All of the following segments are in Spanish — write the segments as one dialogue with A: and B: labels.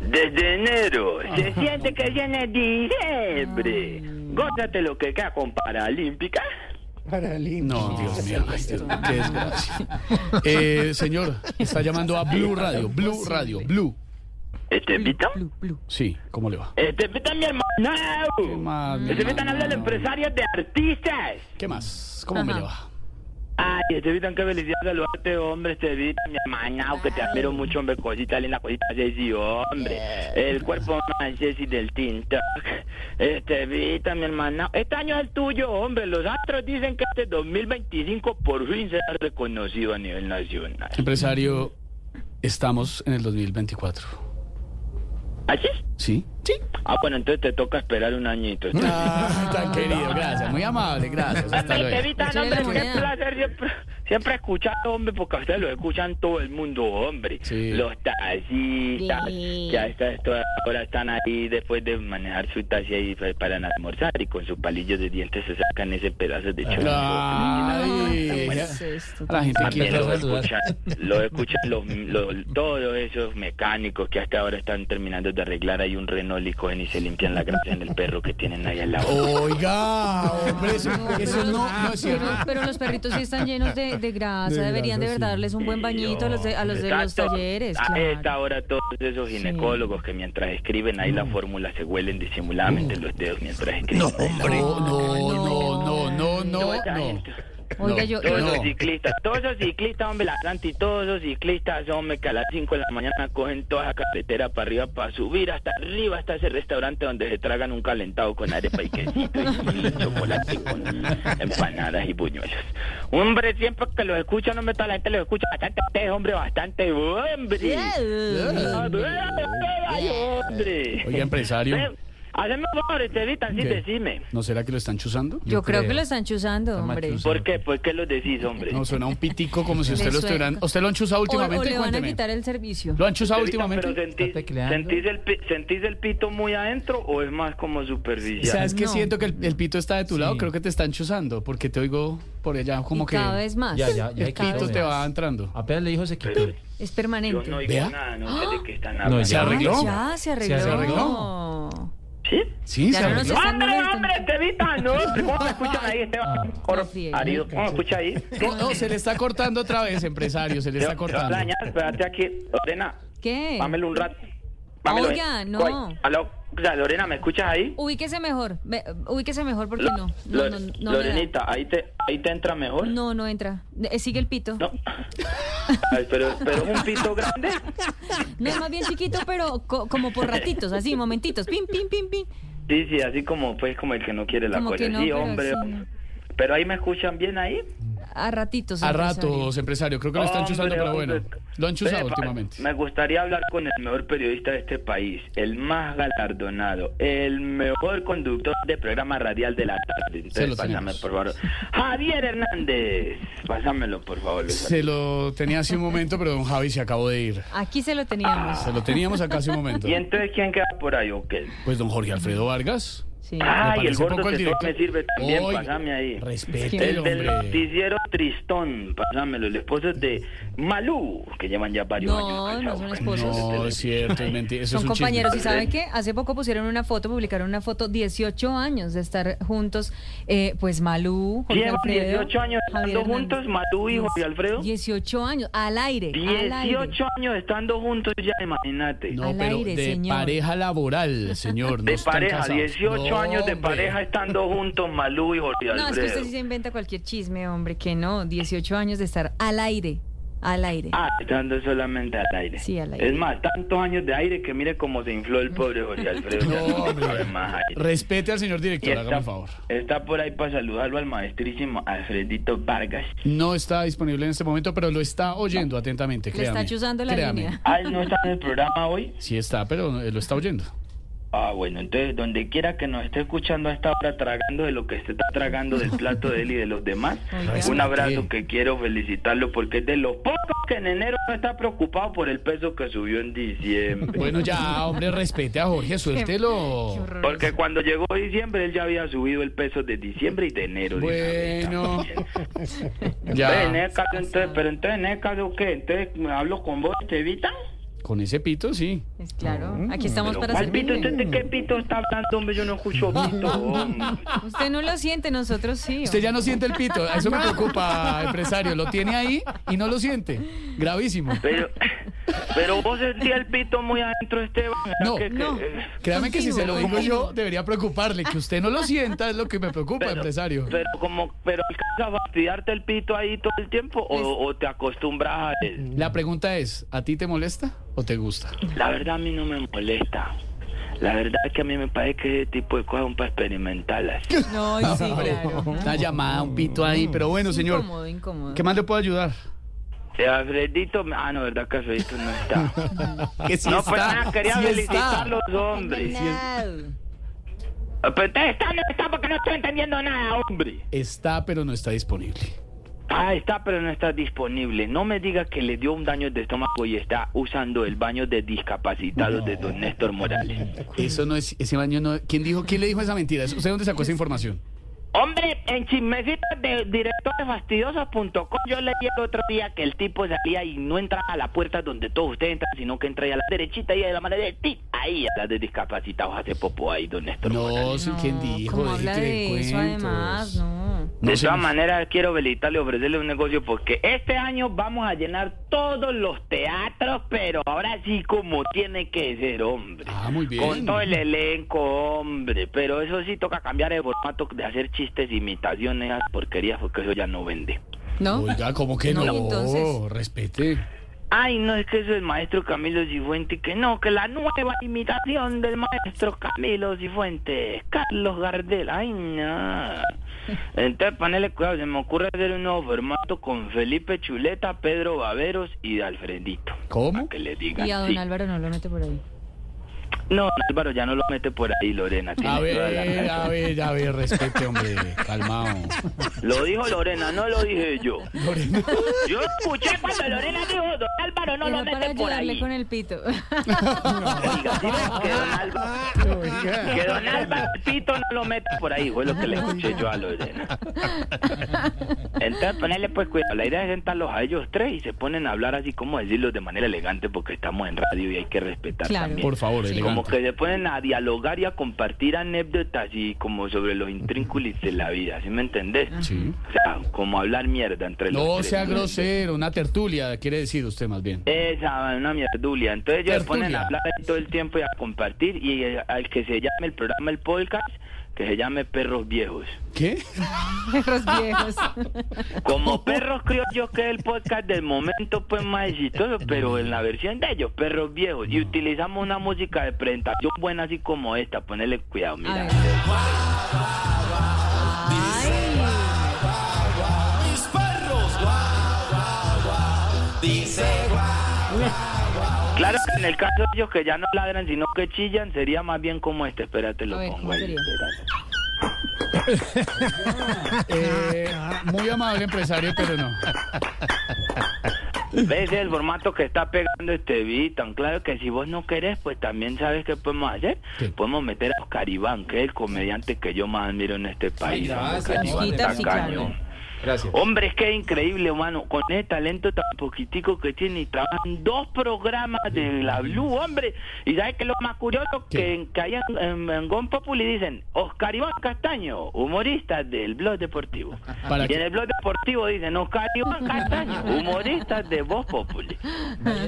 A: Desde enero se siente que viene diciembre. Gózate lo que queda con Paralímpica.
B: No, Dios mío, ay, Dios mío, qué desgracia. Eh, señor, está llamando a Blue Radio, Blue Radio, Blue.
A: Estepita.
B: Sí, ¿cómo le va?
A: Estepita, este mi hermano.
B: más, mi
A: Estepita
B: hermano?
A: habla de empresarios de artistas.
B: ¿Qué más? ¿Cómo me le va?
A: Ay, Estepita, qué felicidad saludarte, hombre. Estepita, mi hermano, que te admiro mucho, hombre. Cosita linda, cosita sexy, hombre. El cuerpo más sexy del tinta. Estepita, mi hermano. Este año es el tuyo, hombre. Los astros dicen que este 2025 por fin será reconocido a nivel nacional.
B: Empresario, estamos en el 2024.
A: ¿Así?
B: ¿Sí? Sí.
A: Ah, bueno, entonces te toca esperar un añito. Estevita.
B: Ah, tan querido, gracias, muy amable, gracias. Hasta
A: Ay,
B: luego.
A: Estevitan,
C: Échale
A: hombre,
C: la
A: qué
C: moneda.
A: placer siempre, siempre escuchar, hombre, porque a ustedes lo escuchan todo el mundo, hombre.
B: Sí.
A: Los taxistas,
C: Sí.
A: que a estas todas horas están ahí después de manejar su taxi ahí pa- para almorzar y con sus palillos de dientes se sacan ese pedazo de chorizo.
B: Ah, Ay,
C: ¿Qué
B: ya.
C: es esto?
B: a la gente
A: Ah,
B: quiere
A: pero Lo
B: saludar.
A: escuchan, lo escuchan los, los- todos esos mecánicos que hasta ahora están terminando de arreglar ahí un Renault Licón y se limpian la grasa en el perro que tienen ahí al
B: Oh,
A: lado.
B: Oiga, hombre, eso, eso no, no es
C: Pero,
B: cierto.
C: pero los perritos sí están llenos de, de grasa, deberían de verdad darles un buen bañito a los de, a los, de los
A: Exacto.
C: talleres.
A: A esta
C: Claro.
A: hora todos esos ginecólogos que mientras escriben ahí la fórmula se huelen disimuladamente los dedos mientras escriben.
D: No, hombre.
B: No, no, no, no, no,
A: Toda
B: no.
A: esa gente,
C: Oiga,
B: No,
C: yo,
A: Todos
B: no.
A: los ciclistas, todos los ciclistas, hombre, la Santi, todos los ciclistas, hombre, que a las 5 de la mañana cogen toda la carretera para arriba para subir hasta arriba hasta ese restaurante donde se tragan un calentado con arepa y quesito y, y chocolate con empanadas y buñuelos. Hombre, siempre que los escucho, no me toda la gente los escucha bastante, ustedes, hombre, bastante, hombre. Ay, hombre.
B: Oiga, empresario.
A: Ven, Hazme eh, un favor, Estevita, sí,
B: ¿Qué?
A: decime.
B: ¿No será que lo están chuzando?
C: yo creo que lo están chuzando, hombre.
D: machuzando.
A: ¿Por qué? ¿Por qué lo decís, hombre?
B: No, suena un pitico como si usted
C: Le
B: lo
C: suena.
B: estuvieran... ¿Usted lo han chuzado
C: O, o
B: últimamente?
C: le van a
B: Cuénteme.
C: quitar el servicio.
B: ¿Lo han chuzado
A: Estevita,
B: pues, últimamente?
A: Pero
D: ¿Está
A: sentís,
D: tecleando?
A: sentís el, pi- ¿Sentís el pito muy adentro o es más como superficial?
B: ¿Sabes qué?
C: No.
B: Siento que el, el pito está de tu lado, creo que te están chuzando, porque te oigo por allá como
C: Y
B: que
C: cada vez más.
D: Ya, ya, ya.
B: el
C: cada
B: pito
C: vez
B: te
C: más.
B: va entrando.
A: Ah,
D: Apenas le dijo se quitó.
A: Pero
C: Es
A: yo
C: permanente.
A: no oigo
B: Vea.
A: nada, no sé de qué están
D: No,
A: hablando.
D: ya.
B: ¿Se
C: Ay,
B: arregló?
C: ya se arregló.
D: Se
A: ¿Sí?
B: Sí,
C: Ya
B: se
C: no nos
B: arregló.
C: está-
A: ¡Hombre, hombre, Estevita! No, ¿Cómo me escuchan ahí, Esteban? Coro-
C: Así es.
A: Arido, ¿Cómo me escucha ahí?
B: No, no, se le está cortando otra vez, empresario, se le está
A: Te- te va a
B: cortando.
A: dañar, espérate aquí. Lorena,
C: ¿Qué?
A: pámelo un rato. Pámelo,
C: Oiga,
A: eh.
C: no.
A: Coy, aló, o sea, Lorena, ¿me escuchas ahí?
C: Ubíquese mejor. ve- ubíquese mejor porque
A: Lo-
C: no. No,
A: Lore-
C: no, no, me da.
A: Lorenita, ahí te, ahí te entra mejor.
C: no, no entra. Eh, Sigue el pito.
A: No. Ay, pero, pero es un pito grande.
C: No, es más bien chiquito, pero co- como por ratitos, así, momentitos. Pim, pim, pim, pim.
A: Sí, sí, así como pues como el que no quiere la
C: Como
A: cosa.
C: que no,
A: sí,
C: pero
A: hombre.
C: sí, no.
A: Pero ahí me escuchan bien ahí.
C: A ratitos.
B: A
C: empresario.
B: ratos, empresario, creo que lo están
A: Hombre,
B: chuzando, pero
A: hombre.
B: bueno, lo han chuzado
A: Epa,
B: últimamente.
A: Me gustaría hablar con el mejor periodista de este país, el más galardonado, el mejor conductor de programa radial de la tarde.
B: Se lo
A: Entonces, pásame,
B: tenemos.
A: por favor. Javier Hernández, pásamelo, por favor. Luis.
B: Se lo tenía hace un momento, pero don Javi se acabó de ir.
C: Aquí se lo teníamos.
B: Se lo teníamos acá hace un momento.
A: ¿Y entonces quién queda por ahí o qué?
B: Pues don Jorge Alfredo Vargas.
C: Sí.
A: Ay, Ah, el
B: parece
A: gordo
B: poco el
A: que todo me
B: director.
A: sirve también,
B: Oiga,
A: pásame ahí.
B: Respete,
A: El del
B: hombre.
A: noticiero Tristón, pasámelo, el esposo de Malú, que llevan ya varios
C: No,
A: años.
C: no
A: casados.
C: son esposos.
B: No, es cierto, es mentira. Eso
C: Son
B: es un
C: compañeros
B: chisme.
C: y sabe qué? hace poco pusieron una foto, publicaron una foto, 18 años de estar juntos, eh, pues Malú, Jorge
A: Llevan
C: Alfredo,
A: 18 años
C: Javier
A: estando
C: Hernández.
A: juntos, Malú y Jorge Alfredo.
C: 18 años, al aire, al aire.
A: 18 años estando juntos ya, imagínate.
B: No,
C: Al
B: pero
C: aire,
B: de
C: señor.
B: pareja laboral, señor. no
A: de
B: están
A: pareja,
B: casados.
A: 18
B: No,
A: años de
B: hombre.
A: pareja estando juntos Malú y Jorge
C: No, es que usted sí
A: Alfredo.
C: se inventa cualquier chisme, hombre, que no, 18 años de estar al aire, al aire.
A: Ah, estando solamente al aire.
C: Sí, al aire.
A: Es más, tantos años de aire que mire cómo se infló el pobre Jorge Alfredo. ya
B: No,
A: no cabe
B: hombre.
A: más aire.
B: Respete al señor
A: Y
B: director, hágame
A: está,
B: el favor.
A: está por ahí para saludarlo al maestrísimo Alfredito Vargas.
B: No está disponible en este momento, pero lo está oyendo atentamente,
C: Le
B: créame.
C: está chuzando la
B: créame.
C: línea.
A: Ay, Ah, ¿no está en el programa hoy?
B: Sí está, pero eh, lo está oyendo.
A: Ah, bueno, entonces donde quiera que nos esté escuchando a esta hora tragando de lo que se está tragando del plato de él y de los demás,
C: Oiga.
A: un abrazo que quiero felicitarlo porque es de los pocos que en enero no está preocupado por el peso que subió en diciembre.
B: Bueno, ya, hombre, respete a Jorge,
C: Qué
B: suéltelo.
C: horror.
A: Porque cuando llegó diciembre él ya había subido el peso de diciembre y de enero. de una vez
B: Bueno.
A: también. Entonces, en
B: Ya.
A: eh. ese caso, entonces, pero entonces en ese caso, ¿qué? Entonces, ¿me hablo con vos, Estevita?
B: Con ese pito, sí.
C: Es claro, aquí estamos
A: Pero
C: para
A: ¿cuál pito?
C: servirle.
A: ¿Usted de qué pito está hablando, hombre? Yo no escucho pito. hombre.
C: Usted no lo siente, nosotros sí.
B: Usted ya no siente el pito, eso me preocupa, empresario. Lo tiene ahí y no lo siente. Gravísimo.
A: Pero, pero vos sentías el pito muy adentro, Esteban.
B: No.
A: Que- eh, que-
C: No.
B: Créame que si se lo digo
C: Continuo.
B: yo, debería preocuparle. Que usted no lo sienta es lo que me preocupa, empresario.
A: Pero como, pero alcanzas a fastidiarte el pito ahí todo el tiempo o, o te acostumbras a él.
B: La pregunta es, ¿a ti te molesta o te gusta?
A: La verdad a mí no me molesta. La verdad es que a mí me parece que ese tipo de cosas son para experimentarlas.
C: No, y sí, claro.
B: Ah, Una llamada, un pito ahí. Pero bueno, señor,
C: Incómodo, incómodo.
B: ¿qué más le puedo ayudar?
A: Eh, Alfredito, ah, no, verdad que Alfredito no está.
C: Ah.
B: Que sí
A: no, pues nada, quería
B: sí
A: felicitar a
B: está.
A: los hombres. Ah, Pero ustedes están, no está porque no estoy entendiendo nada, hombre.
B: Está, pero no está disponible.
A: Ah, está, pero no está disponible. No me diga que le dio un daño de estómago y está usando el baño de discapacitados de don Néstor Morales.
B: Eso no es, ese baño no. ¿Quién dijo, quién le dijo esa mentira? ¿Usted dónde sacó esa información?
A: Hombre, en chismecitos de directoresfastidiosos.com yo leí el otro día que el tipo salía y no entraba a la puerta donde todos ustedes entran, sino que entra ahí a la derechita y a la mano de ti. Ahí, a la de discapacitados hace popo ahí, don Néstor Morales.
B: No, sí, ¿quién dijo?
C: ¿Cómo
B: Deje
C: habla
B: que le
C: de eso
B: cuentos.
C: además? No.
B: No
A: de
B: se
A: todas
B: nos-
A: maneras, quiero felicitarle y ofrecerle un negocio porque este año vamos a llenar todos los teatros, pero ahora sí como tiene que ser, hombre.
B: Ah, muy bien.
A: Con todo el elenco, hombre. Pero eso sí toca cambiar el formato de hacer chistes, imitaciones, esas porquerías, porque eso ya no vende.
C: ¿No?
B: Oiga, ¿cómo que no?
C: No, entonces.
B: Respete.
A: Ay, no, es que eso es el maestro Camilo Cifuentes, que no, que la nueva imitación del maestro Camilo Cifuentes, Carlos Gardel, ay, no. Entonces, panele cuidado, se me ocurre hacer un nuevo formato con Felipe Chuleta, Pedro Baveros y Alfredito.
B: ¿Cómo?
A: Para Ah, que le digan,
C: Y a don
A: sí.
C: Álvaro no lo mete por ahí.
A: No, don Álvaro ya no lo mete por ahí, Lorena. tiene
B: A
A: toda la
B: ver,
A: razón.
B: a ver, a ver, respete, hombre. Calmado.
A: Lo dijo Lorena, no lo dije yo.
B: Lorena.
A: Yo escuché cuando Lorena dijo, don Álvaro no
C: Era
A: lo
C: para
A: mete por
C: ayudarle
A: ahí.
C: con el pito.
A: Oiga, sí, que don Álvaro, que don Álvaro Tito no lo meta por ahí, fue lo que le escuché yo a Lorena. Entonces, ponerle pues cuidado, la idea es sentarlos a ellos tres y se ponen a hablar así como decirlo de manera elegante porque estamos en radio y hay que respetar
C: Claro.
A: también.
B: Por favor,
C: Sí.
B: elegante.
A: Como que se ponen a dialogar y a compartir anécdotas y como sobre los intrínculos de la vida, ¿sí me entendés?
B: Sí.
A: O sea, como hablar mierda entre los
B: No
A: tres.
B: sea grosero, una tertulia, quiere decir usted más bien.
A: Esa, una mierdulia. Entonces ellos se
B: Tertulia.
A: ponen a hablar ahí todo el tiempo y a compartir. Y eh, al que se llame el programa, el podcast, que se llame Perros Viejos.
B: ¿Qué?
C: Perros viejos.
A: Como Perros Criollos, que es el podcast del momento, pues más exitoso, pero en la versión de ellos, Perros Viejos. Y utilizamos una música de presentación buena, así como esta. Ponele cuidado,
C: A
A: mira.
C: ver. Ay,
D: mis perros. Guau, guau, guau. Dice
A: Claro que en el caso de ellos que ya no ladran, sino que chillan, sería más bien como este. Espérate, lo
C: A ver,
A: pongo
C: ¿cómo
A: ahí.
C: sería?
A: espérate.
B: Eh, muy amable empresario, pero no.
A: ¿Ves el formato que está pegando este beat? Tan claro que si vos no querés, pues también sabes qué podemos hacer.
B: ¿Qué?
A: Podemos meter a Oscar Iván, que es el comediante que yo más admiro en este país.
D: gracias,
A: Oscar Iván
C: Osquita,
A: está
C: sí, claro.
A: cañón.
D: Gracias.
A: Hombre, es que es increíble, humano. Con ese talento tan poquitico que tiene y trabajan dos programas de la Blue, hombre. Y sabes que lo más curioso
B: ¿Qué?
A: que, que hay en, en, en Gon Populi dicen Oscar Iván Castaño, humorista del blog deportivo.
B: ¿Para
A: y en
B: qué?
A: el blog deportivo dicen Oscar Iván Castaño, humorista de Voz Populi.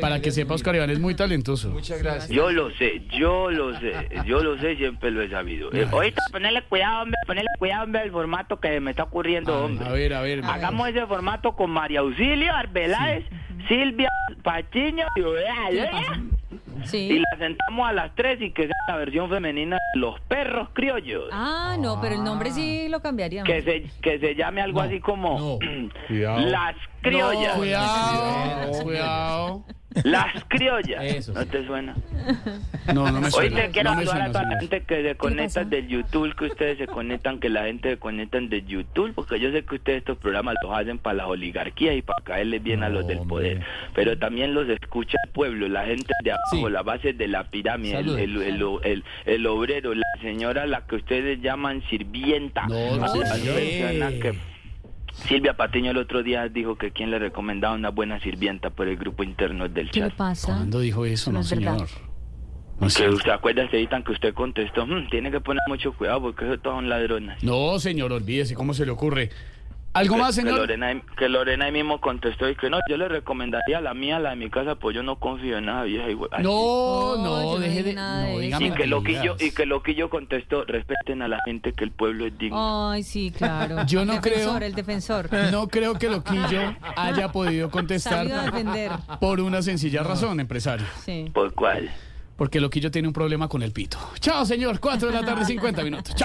B: Para que sepa, Oscar Iván es muy talentoso.
D: Muchas gracias.
A: Yo lo sé, yo lo sé, yo lo sé, siempre lo he sabido. Eh, ahorita ponerle cuidado, hombre, ponerle cuidado, hombre, al formato que me está ocurriendo, hombre.
B: A ver, a ver.
A: Hagamos ese formato con María Auxilio, Arbeláez, Silvia Pachiño y Olea. Y
C: sí.
A: la sentamos a las tres y que sea la versión femenina de Los Perros Criollos.
C: Ah, no, pero el nombre
B: Ah.
C: sí lo cambiaríamos.
A: Que se, que se llame algo así como
B: no. Cuidado.
A: Las Criollas.
B: Cuidado, cuidado.
A: Las Criollas.
D: Eso
A: ¿No
D: sí.
A: te suena?
B: No, no me
A: Hoy
B: suena.
A: te quiero
B: no me
A: saludar
B: suena,
A: a toda la
B: señor.
A: gente que se conecta
C: pasó?
A: del YouTube, que ustedes se conectan, que la gente se conectan de YouTube, porque yo sé que ustedes estos programas los hacen para las oligarquías y para caerles bien a los del poder, pero también los escucha el pueblo, la gente de abajo,
D: Sí.
A: la base de la pirámide, el,
D: Salude.
A: el, el, el- el obrero, la señora a la que ustedes llaman sirvienta,
B: No,
A: a
B: no,
A: la
B: señor.
A: persona que Silvia Patiño el otro día dijo que quien le recomendaba una buena sirvienta por el grupo interno del
C: ¿Qué le
A: chat.
C: pasa?
B: ¿Cuándo dijo eso?
C: No
B: No,
C: es verdad.
B: señor. No,
A: Que
B: señor.
A: usted acuerda, se editan que usted contestó, "Mm, tiene que poner mucho cuidado porque eso todas son ladronas.
B: No, señor, olvídese, ¿cómo se le ocurre? ¿Algo
A: Que-
B: más,
A: Que
B: señor?
A: Lorena, ahí- que Lorena ahí mismo contestó y que no, yo le recomendaría la mía, la de mi casa, pues yo no confío en nada, vieja. igual.
B: No,
C: No, yo
B: no,
C: no
B: deje
C: dije
B: de.
C: nada de
B: No,
C: eso.
B: dígame
A: Y que, loquillo,
B: mentiras.
A: y que Loquillo contestó, respeten a la gente que el pueblo es digno.
C: Ay, sí, claro.
B: Yo no
C: El defensor,
B: creo-
C: El defensor.
B: No creo que Loquillo haya podido
C: Salió a
B: contestar
C: defender.
B: por una sencilla razón, empresario.
C: Sí.
A: ¿Por cuál?
B: Porque Loquillo tiene un problema con el pito. Chao, señor. 4 de la tarde, 50 minutos. Chao.